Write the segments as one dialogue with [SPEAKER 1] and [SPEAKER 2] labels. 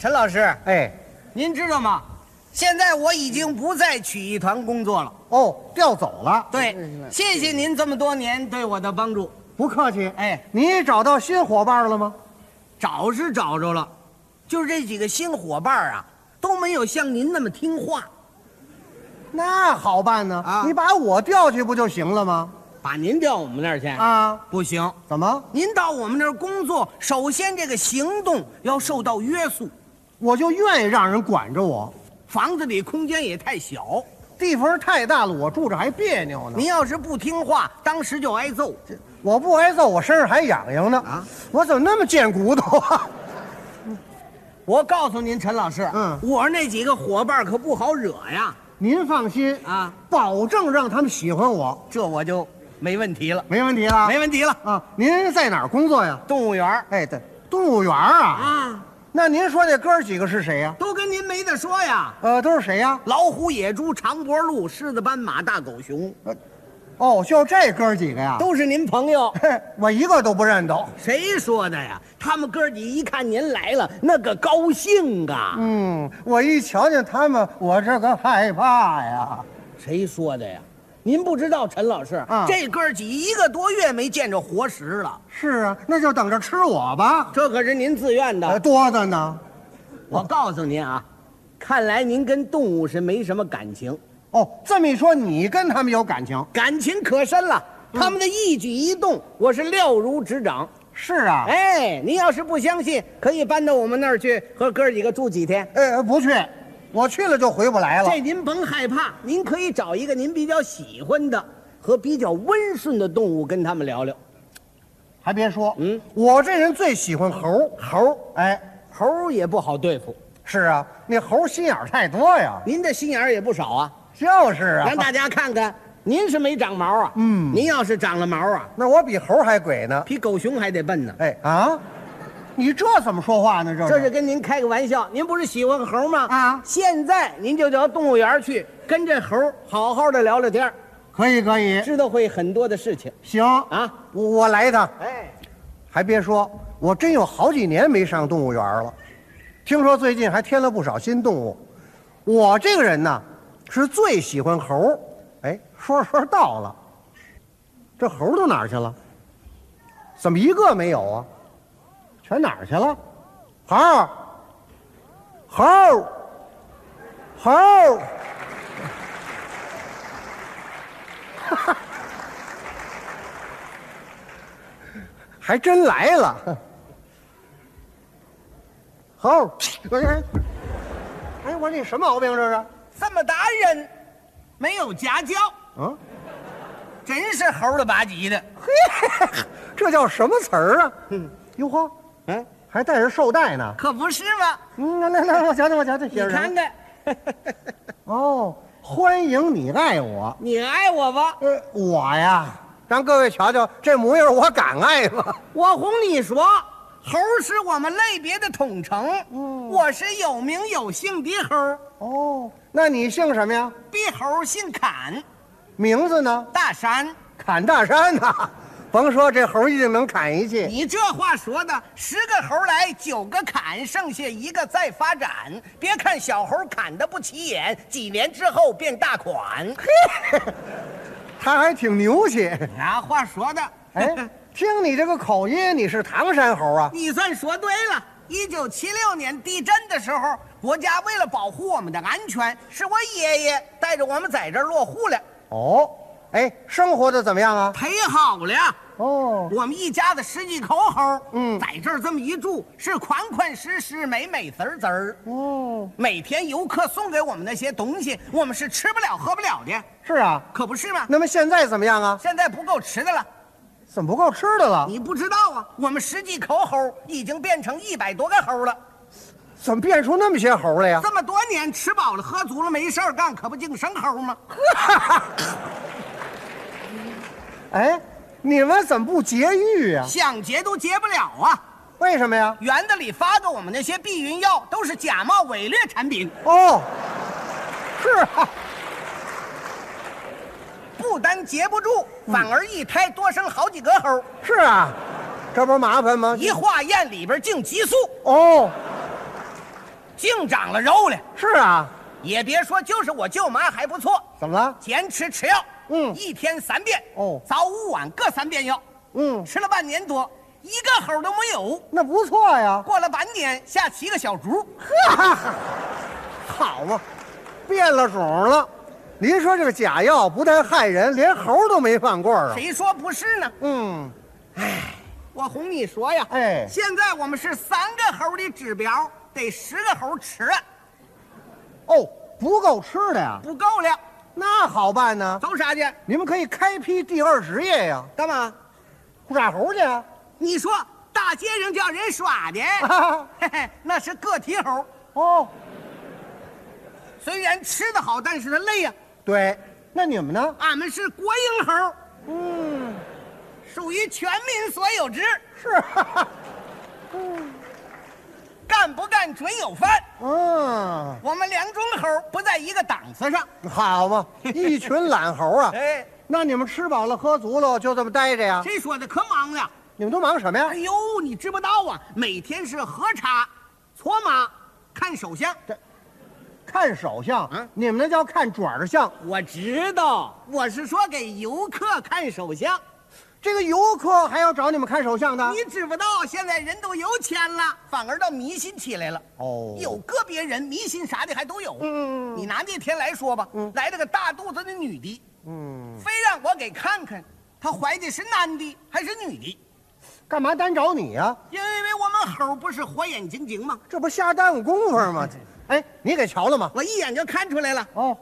[SPEAKER 1] 陈老师，
[SPEAKER 2] 哎，
[SPEAKER 1] 您知道吗？现在我已经不在曲艺团工作了。
[SPEAKER 2] 哦，调走了。
[SPEAKER 1] 对，谢谢您这么多年对我的帮助。
[SPEAKER 2] 不客气。
[SPEAKER 1] 哎，
[SPEAKER 2] 你找到新伙伴了吗？
[SPEAKER 1] 找是找着了，就是这几个新伙伴啊，都没有像您那么听话。
[SPEAKER 2] 那好办呢，
[SPEAKER 1] 啊
[SPEAKER 2] 你把我调去不就行了吗？
[SPEAKER 1] 把您调我们那儿去啊？
[SPEAKER 2] 啊，
[SPEAKER 1] 不行，
[SPEAKER 2] 怎么
[SPEAKER 1] 您到我们那儿工作，首先这个行动要受到约束，
[SPEAKER 2] 我就愿意让人管着我？
[SPEAKER 1] 房子里空间也太小。
[SPEAKER 2] 地方太大了，我住着还别扭呢。
[SPEAKER 1] 您要是不听话，当时就挨揍。
[SPEAKER 2] 我不挨揍，我身上还痒痒呢。
[SPEAKER 1] 啊，
[SPEAKER 2] 我怎么那么贱骨头啊？
[SPEAKER 1] 我告诉您，陈老师，
[SPEAKER 2] 嗯
[SPEAKER 1] 我那几个伙伴可不好惹呀，
[SPEAKER 2] 您放心
[SPEAKER 1] 啊，
[SPEAKER 2] 保证让他们喜欢我，
[SPEAKER 1] 这我就没问题了，
[SPEAKER 2] 没问题了。
[SPEAKER 1] 没问题了。
[SPEAKER 2] 啊，您在哪儿工作呀？
[SPEAKER 1] 动物园儿
[SPEAKER 2] 哎，对，动物园儿啊。
[SPEAKER 1] 啊，
[SPEAKER 2] 那您说这哥儿几个是谁呀？
[SPEAKER 1] 都跟您没得说呀。
[SPEAKER 2] 呃，都是谁呀？
[SPEAKER 1] 老虎、野猪、长脖鹿、狮子、斑马、大狗熊，
[SPEAKER 2] 哦，就这哥儿几个呀？
[SPEAKER 1] 都是您朋友。
[SPEAKER 2] 嘿， 我一个都不认得。
[SPEAKER 1] 谁说的呀？他们哥几一看您来了，那个高兴啊！
[SPEAKER 2] 嗯，我一瞧见他们，我这个害怕呀。
[SPEAKER 1] 谁说的呀？您不知道，陈老师，
[SPEAKER 2] 嗯
[SPEAKER 1] 这哥几一个多月没见着活食了，
[SPEAKER 2] 是啊，那就等着吃我吧。
[SPEAKER 1] 这可是您自愿的。
[SPEAKER 2] 呃，多的呢。
[SPEAKER 1] 我告诉您啊，看来您跟动物是没什么感情，
[SPEAKER 2] 哦，这么一说，你跟他们有感情？
[SPEAKER 1] 感情可深了。他们的一举一动，我是了如指掌。
[SPEAKER 2] 是啊。
[SPEAKER 1] 哎，您要是不相信，可以搬到我们那儿去和哥几个住几天。
[SPEAKER 2] 呃，不去，我去了就回不来了。
[SPEAKER 1] 这您甭害怕，您可以找一个您比较喜欢的和比较温顺的动物跟他们聊聊。
[SPEAKER 2] 还别说，
[SPEAKER 1] 嗯，
[SPEAKER 2] 我这人最喜欢猴。
[SPEAKER 1] 猴，
[SPEAKER 2] 哎，
[SPEAKER 1] 猴儿也不好对付，
[SPEAKER 2] 是啊，那猴心眼儿太多呀。
[SPEAKER 1] 您这心眼儿也不少啊。
[SPEAKER 2] 就是啊，
[SPEAKER 1] 让大家看看，您是没长毛啊。
[SPEAKER 2] 嗯
[SPEAKER 1] 您要是长了毛啊，
[SPEAKER 2] 那我比猴还鬼呢。
[SPEAKER 1] 比狗熊还得笨呢。
[SPEAKER 2] 哎啊，你这怎么说话呢？这
[SPEAKER 1] 这
[SPEAKER 2] 是
[SPEAKER 1] 是跟您开个玩笑，您不是喜欢猴吗？
[SPEAKER 2] 啊
[SPEAKER 1] 现在您就到动物园去跟这猴好好的聊聊天儿，
[SPEAKER 2] 可以可以，
[SPEAKER 1] 知道会很多的事情
[SPEAKER 2] 行，
[SPEAKER 1] 啊。
[SPEAKER 2] 我我来一趟。
[SPEAKER 1] 哎，
[SPEAKER 2] 还别说，我真有好几年没上动物园了。听说最近还添了不少新动物。我这个人呢，是最喜欢猴。哎，说着说着到了，这猴都哪儿去了？怎么一个没有啊？全哪儿去了？猴儿，猴儿，猴儿。还真来了。猴儿，我这，哎，我这什么毛病这是？
[SPEAKER 1] 这么大人，没有家教，
[SPEAKER 2] 嗯，
[SPEAKER 1] 真是猴了吧唧的。
[SPEAKER 2] 嘿， 这叫什么词儿啊？嗯，哟呵，
[SPEAKER 1] 嗯，
[SPEAKER 2] 还带着绶带呢。
[SPEAKER 1] 可不是嘛。
[SPEAKER 2] 嗯，来来来，我瞧瞧，我瞧瞧，
[SPEAKER 1] 你
[SPEAKER 2] 写着什么
[SPEAKER 1] 看看，
[SPEAKER 2] 哦，欢迎你爱我。
[SPEAKER 1] 你爱我吧，
[SPEAKER 2] 呃，我呀，让各位瞧瞧这模样，我敢爱吗？
[SPEAKER 1] 我哄你说，猴是我们类别的统称。我是有名有姓的猴，
[SPEAKER 2] 哦，那你姓什么呀？
[SPEAKER 1] 比猴姓侃，
[SPEAKER 2] 名字呢？
[SPEAKER 1] 大山。
[SPEAKER 2] 砍大山呐、甭说这猴一定能砍一气。
[SPEAKER 1] 你这话说的，十个猴来九个砍，剩下一个再发展。别看小猴砍的不起眼，几年之后变大款。
[SPEAKER 2] 他还挺牛气。
[SPEAKER 1] 啊，话说的，
[SPEAKER 2] 哎，听你这个口音，你是唐山猴啊？
[SPEAKER 1] 你算说对了。一九七六年地震的时候，国家为了保护我们的安全，是我爷爷带着我们在这儿落户了，
[SPEAKER 2] 哦，哎，生活的怎么样啊？
[SPEAKER 1] 忒好了。
[SPEAKER 2] 哦，
[SPEAKER 1] 我们一家子十几口猴，
[SPEAKER 2] 嗯
[SPEAKER 1] 在这儿这么一住，是款款实实，美美滋儿滋儿。
[SPEAKER 2] 哦，
[SPEAKER 1] 每天游客送给我们那些东西，我们是吃不了喝不了的，
[SPEAKER 2] 是啊。
[SPEAKER 1] 可不是吗？
[SPEAKER 2] 那么现在怎么样啊？
[SPEAKER 1] 现在不够吃的了，
[SPEAKER 2] 怎么不够吃的了？
[SPEAKER 1] 你不知道啊，我们十几口猴已经变成一百多个猴了。
[SPEAKER 2] 怎么变出那么些猴来呀？
[SPEAKER 1] 这么多年吃饱了喝足了没事儿干，可不净生猴吗？
[SPEAKER 2] 哎，你们怎么不节育呀、
[SPEAKER 1] 想结都结不了啊！
[SPEAKER 2] 为什么呀？
[SPEAKER 1] 园子里发给我们那些避孕药都是假冒伪劣产品，
[SPEAKER 2] 哦，是啊，
[SPEAKER 1] 不单结不住，
[SPEAKER 2] 嗯
[SPEAKER 1] 反而一胎多生好几个猴。
[SPEAKER 2] 是啊，这不是麻烦吗？
[SPEAKER 1] 一化验里边净激素，
[SPEAKER 2] 哦，
[SPEAKER 1] 净长了肉了。
[SPEAKER 2] 是啊，
[SPEAKER 1] 也别说，就是我舅妈还不错，
[SPEAKER 2] 怎么了？
[SPEAKER 1] 坚持吃药，
[SPEAKER 2] 嗯
[SPEAKER 1] 一天三遍，
[SPEAKER 2] 哦
[SPEAKER 1] 早午晚各三遍药，
[SPEAKER 2] 嗯，
[SPEAKER 1] 吃了半年多，一个猴都没有。
[SPEAKER 2] 那不错呀。
[SPEAKER 1] 过了半年，下七个小猪，
[SPEAKER 2] 好嘛，变了种了。您说这个假药不但害人，连猴都没放过啊。
[SPEAKER 1] 谁说不是呢？哎
[SPEAKER 2] 嗯，
[SPEAKER 1] 我哄你说呀，
[SPEAKER 2] 哎
[SPEAKER 1] 现在我们是三个猴的指标，得十个猴吃
[SPEAKER 2] 哦，不够吃的呀，
[SPEAKER 1] 不够了，
[SPEAKER 2] 那好办呢。
[SPEAKER 1] 走啥去？
[SPEAKER 2] 你们可以开辟第二职业呀，
[SPEAKER 1] 干嘛？
[SPEAKER 2] 耍猴去啊。
[SPEAKER 1] 你说大街上叫人耍 的，嘿嘿，那是个体猴，
[SPEAKER 2] 哦，
[SPEAKER 1] 虽然吃的好，但是它累呀、
[SPEAKER 2] 对，那你们呢？
[SPEAKER 1] 俺们是国营猴，
[SPEAKER 2] 嗯，
[SPEAKER 1] 属于全民所有制，
[SPEAKER 2] 是，
[SPEAKER 1] 干不干准有饭。
[SPEAKER 2] 嗯，
[SPEAKER 1] 我们两种猴不在一个档次上。
[SPEAKER 2] 好嘛，一群懒猴啊。
[SPEAKER 1] 哎，
[SPEAKER 2] 那你们吃饱了喝足了，就这么待着呀？
[SPEAKER 1] 这说的可忙了。
[SPEAKER 2] 你们都忙什么呀
[SPEAKER 1] 哎？呦，你知不道啊？每天是喝茶、搓麻、看手相。
[SPEAKER 2] 看手相，
[SPEAKER 1] 嗯
[SPEAKER 2] 你们那叫看爪儿相。
[SPEAKER 1] 我知道，我是说给游客看手相。
[SPEAKER 2] 这个游客还要找你们看手相的？
[SPEAKER 1] 你知不道，现在人都有钱了，反而倒迷信起来了。
[SPEAKER 2] 哦
[SPEAKER 1] 有个别人迷信啥的还都有。
[SPEAKER 2] 嗯
[SPEAKER 1] 你拿那天来说吧，来了个大肚子的女的，
[SPEAKER 2] 嗯，
[SPEAKER 1] 非让我给看看，她怀的是男的还是女的？
[SPEAKER 2] 干嘛单找你呀、
[SPEAKER 1] 因为我们猴不是火眼金睛吗？
[SPEAKER 2] 这不瞎耽误工夫吗？
[SPEAKER 1] 嗯
[SPEAKER 2] 哎，你给瞧了吗？
[SPEAKER 1] 我一眼就看出来了。
[SPEAKER 2] 哦，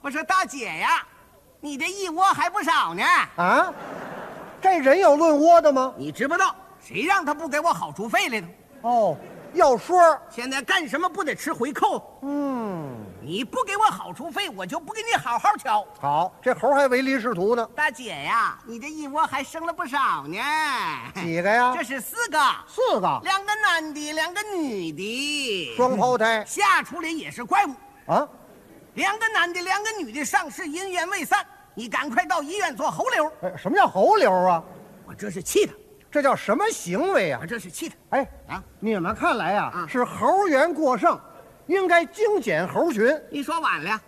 [SPEAKER 1] 我说大姐呀，你这一窝还不少呢，
[SPEAKER 2] 啊，这人有论窝的吗？
[SPEAKER 1] 你知不道？谁让他不给我好处费来的？
[SPEAKER 2] 哦，要说，
[SPEAKER 1] 现在干什么不得吃回扣？啊
[SPEAKER 2] 嗯，
[SPEAKER 1] 你不给我好处费，我就不给你好好瞧。
[SPEAKER 2] 好，这猴还唯利是图呢。
[SPEAKER 1] 大姐呀，你这一窝还生了不少呢。
[SPEAKER 2] 几个呀啊
[SPEAKER 1] 这？是四个，
[SPEAKER 2] 四个，
[SPEAKER 1] 两个男的，两个女的，
[SPEAKER 2] 双胞胎
[SPEAKER 1] 下出来也是怪物。
[SPEAKER 2] 啊？
[SPEAKER 1] 两个男的，两个女的上市，姻缘未散。你赶快到医院做猴瘤。
[SPEAKER 2] 哎什么叫猴流啊？
[SPEAKER 1] 我这是气他，
[SPEAKER 2] 这叫什么行为啊
[SPEAKER 1] 我？这是气他
[SPEAKER 2] 哎，
[SPEAKER 1] 啊！
[SPEAKER 2] 你们看来呀、
[SPEAKER 1] 啊
[SPEAKER 2] 是猴源过剩，应该精简猴群。
[SPEAKER 1] 你说晚了，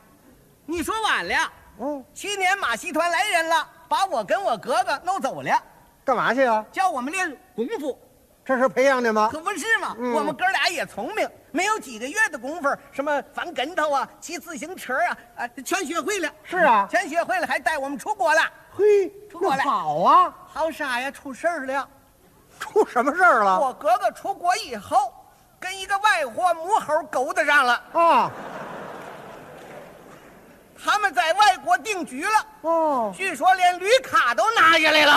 [SPEAKER 1] 你说晚了。
[SPEAKER 2] 嗯，
[SPEAKER 1] 去年马戏团来人了，把我跟我哥哥弄走了，
[SPEAKER 2] 干嘛去啊？
[SPEAKER 1] 叫我们练功夫，
[SPEAKER 2] 这是培养你吗？
[SPEAKER 1] 可不是嘛。
[SPEAKER 2] 嗯
[SPEAKER 1] 我们哥俩也聪明，没有几个月的功夫，什么翻跟头啊、骑自行车啊，啊，全学会了。
[SPEAKER 2] 是啊
[SPEAKER 1] 全学会了，还带我们出国了。
[SPEAKER 2] 嘿，
[SPEAKER 1] 出国
[SPEAKER 2] 那
[SPEAKER 1] 了
[SPEAKER 2] 好啊！
[SPEAKER 1] 好傻呀，出事儿了。
[SPEAKER 2] 出什么事儿了？
[SPEAKER 1] 我哥哥出国以后，跟一个外国母猴勾搭上了，
[SPEAKER 2] 啊
[SPEAKER 1] 他们在外国定居了，
[SPEAKER 2] 哦，
[SPEAKER 1] 据说连绿卡都拿下来了。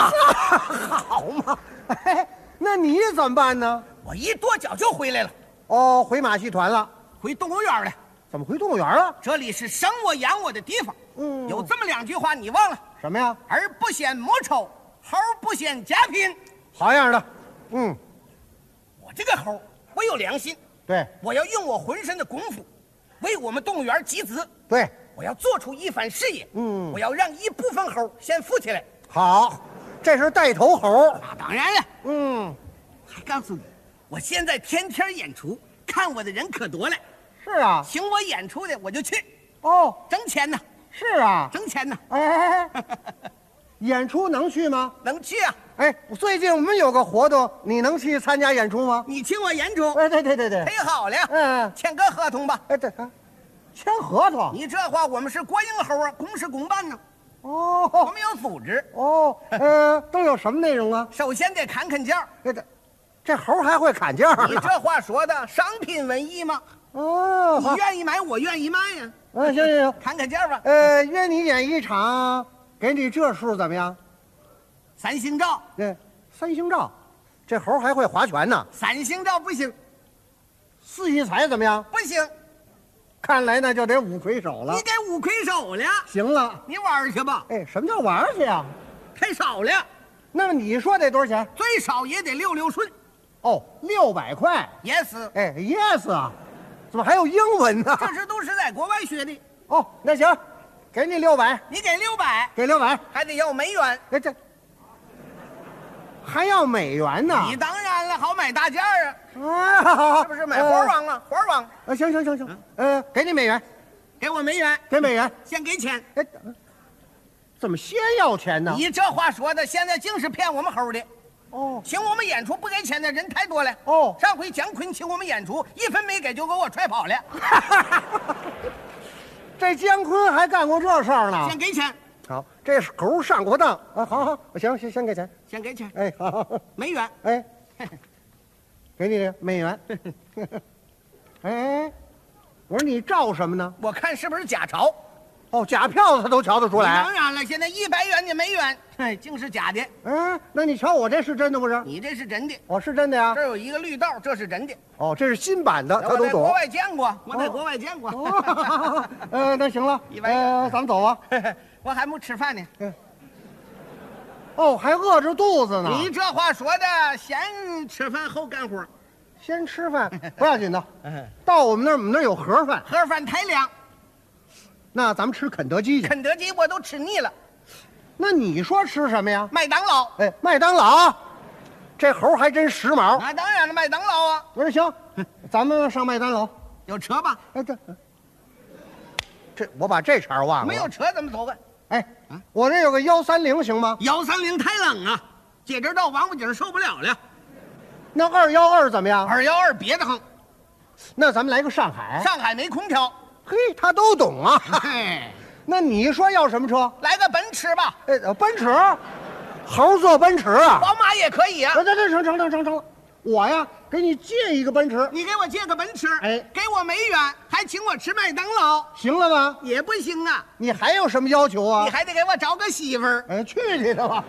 [SPEAKER 2] 好嘛！哎，那你怎么办呢？
[SPEAKER 1] 我一跺脚就回来了，
[SPEAKER 2] 哦，回马戏团了，
[SPEAKER 1] 回动物园了。
[SPEAKER 2] 怎么回动物园了？
[SPEAKER 1] 这里是生我养我的地方。
[SPEAKER 2] 嗯
[SPEAKER 1] 有这么两句话你忘了：
[SPEAKER 2] 什么呀？
[SPEAKER 1] 儿不嫌母丑，猴不嫌家贫。
[SPEAKER 2] 好样的！嗯，
[SPEAKER 1] 我这个猴，我有良心，
[SPEAKER 2] 对
[SPEAKER 1] 我要用我浑身的功夫，为我们动物园集资。
[SPEAKER 2] 对，
[SPEAKER 1] 我要做出一番事业。
[SPEAKER 2] 嗯
[SPEAKER 1] 我要让一部分猴先富起来。
[SPEAKER 2] 好，这是带头猴。
[SPEAKER 1] 那啊当然了，
[SPEAKER 2] 嗯，
[SPEAKER 1] 还告诉你，我现在天天演出，看我的人可多了，
[SPEAKER 2] 是啊，
[SPEAKER 1] 请我演出的我就去，
[SPEAKER 2] 哦，
[SPEAKER 1] 挣钱呢，
[SPEAKER 2] 是啊。
[SPEAKER 1] 挣钱呢，
[SPEAKER 2] 哎哎哎哎，演出能去吗？
[SPEAKER 1] 能去啊！
[SPEAKER 2] 哎，最近我们有个活动，你能去参加演出吗？
[SPEAKER 1] 你请我演出，
[SPEAKER 2] 哎，对对对对，
[SPEAKER 1] 忒好了，
[SPEAKER 2] 嗯
[SPEAKER 1] 签个合同吧。
[SPEAKER 2] 哎对，啊签合同。
[SPEAKER 1] 你这话，我们是国营猴啊，公事公办呢，我
[SPEAKER 2] 哦
[SPEAKER 1] 们有组织。
[SPEAKER 2] 哦，呃，都有什么内容啊？
[SPEAKER 1] 首先得砍砍价，
[SPEAKER 2] 这这这猴还会砍价
[SPEAKER 1] 你
[SPEAKER 2] 呢。
[SPEAKER 1] 这话说的商品文艺 吗？
[SPEAKER 2] 哦，
[SPEAKER 1] 你
[SPEAKER 2] 好，
[SPEAKER 1] 愿意买，我愿意卖呀，
[SPEAKER 2] 嗯，行行行，
[SPEAKER 1] 砍砍价吧。
[SPEAKER 2] 呃，约你演一场，给你这数怎么样？
[SPEAKER 1] 三星照，
[SPEAKER 2] 对，三星照，这猴还会划拳呢。
[SPEAKER 1] 三星照不行，
[SPEAKER 2] 四喜财怎么样？
[SPEAKER 1] 不行，
[SPEAKER 2] 嗯看来那就得五魁首了
[SPEAKER 1] 你。给五魁首了，
[SPEAKER 2] 行了，
[SPEAKER 1] 你玩儿去吧，
[SPEAKER 2] 哎，什么叫玩儿去呀、
[SPEAKER 1] 太少了，
[SPEAKER 2] 那么你说得多少钱？
[SPEAKER 1] 最少也得六六顺。
[SPEAKER 2] 哦，六百块。
[SPEAKER 1] Yes，
[SPEAKER 2] 哎，yes 啊，怎么还有英文呢？
[SPEAKER 1] 这是都是在国外学的，
[SPEAKER 2] 哦，那行，给你六百，
[SPEAKER 1] 你给六百，
[SPEAKER 2] 给六百。
[SPEAKER 1] 还得要美元。
[SPEAKER 2] 哎，这还要美元呢？
[SPEAKER 1] 你当然了，好买大件儿啊，
[SPEAKER 2] 啊，好好好，
[SPEAKER 1] 是不是买花嗯
[SPEAKER 2] 吧？
[SPEAKER 1] 网啊？花网，
[SPEAKER 2] 啊，行行行行，呃，给你美元，
[SPEAKER 1] 给我美元，
[SPEAKER 2] 给美元。
[SPEAKER 1] 先给钱。
[SPEAKER 2] 哎，怎么先要钱呢？
[SPEAKER 1] 你这话说的，现在净是骗我们猴的。
[SPEAKER 2] 哦，
[SPEAKER 1] 请我们演出不给钱的人太多了。
[SPEAKER 2] 哦
[SPEAKER 1] 上回姜昆请我们演出，一分没给就给我踹跑了。
[SPEAKER 2] 这姜昆还干过这事儿呢
[SPEAKER 1] 先。给钱，
[SPEAKER 2] 好，这是猴上过当啊！好好，我行，先先给钱。
[SPEAKER 1] 先给钱，
[SPEAKER 2] 哎，好，好
[SPEAKER 1] 美元。
[SPEAKER 2] 哎，给你这美元。哎，我说你照什么呢？
[SPEAKER 1] 我看是不是假钞？
[SPEAKER 2] 哦，假票他都瞧得出来
[SPEAKER 1] 当。然了，现在一百元的美元，哎，竟是假的。
[SPEAKER 2] 哎，那你瞧我这是真的不是？
[SPEAKER 1] 你这是真的，
[SPEAKER 2] 我是真的呀
[SPEAKER 1] 这。儿有一个绿道，这是真的。
[SPEAKER 2] 哦，这是新版的，啊他
[SPEAKER 1] 我
[SPEAKER 2] 都
[SPEAKER 1] 在国
[SPEAKER 2] 懂。
[SPEAKER 1] 外见过，我在
[SPEAKER 2] 哦
[SPEAKER 1] 国外见过。
[SPEAKER 2] 哦， 呃，那行了，呃，咱们走啊。
[SPEAKER 1] 我还没吃饭呢。
[SPEAKER 2] 哦，还饿着肚子呢。
[SPEAKER 1] 你这话说的，先吃饭后干活，
[SPEAKER 2] 先吃饭不 要紧的，到我们那儿，我们那儿有盒饭，
[SPEAKER 1] 盒饭太凉，
[SPEAKER 2] 那咱们吃肯德基去。
[SPEAKER 1] 肯德基我都吃腻了，
[SPEAKER 2] 那你说吃什么呀？
[SPEAKER 1] 麦当劳。
[SPEAKER 2] 哎，麦当劳，这猴还真时髦。
[SPEAKER 1] 啊，当然了，麦当劳啊，
[SPEAKER 2] 我说行， 咱们上麦当劳。
[SPEAKER 1] 有车吧？
[SPEAKER 2] 哎，这这我把这茬儿忘了。
[SPEAKER 1] 没有。车怎么走啊？
[SPEAKER 2] 哎，我这有个幺三零行吗？
[SPEAKER 1] 幺三零太冷啊，姐这到王府井受不了了。
[SPEAKER 2] 那二幺二怎么样？
[SPEAKER 1] 二幺二别的慌，
[SPEAKER 2] 那咱们来个上海。
[SPEAKER 1] 上海没空调。
[SPEAKER 2] 嘿，他都 懂啊。
[SPEAKER 1] 嘿，
[SPEAKER 2] 那你说要什么车？
[SPEAKER 1] 来个奔驰吧，
[SPEAKER 2] 哎，呃奔驰，猴坐奔驰啊。
[SPEAKER 1] 宝马也可以啊。
[SPEAKER 2] 那那那成成成成成了，我呀给你借一个奔驰，
[SPEAKER 1] 你给我借个奔驰，
[SPEAKER 2] 哎
[SPEAKER 1] 给我美元，还请我吃麦当劳，
[SPEAKER 2] 行了吗？
[SPEAKER 1] 也不行啊，
[SPEAKER 2] 你还有什么要求啊
[SPEAKER 1] 哦你？还得给我找个媳妇儿。
[SPEAKER 2] 哎，去你的吧！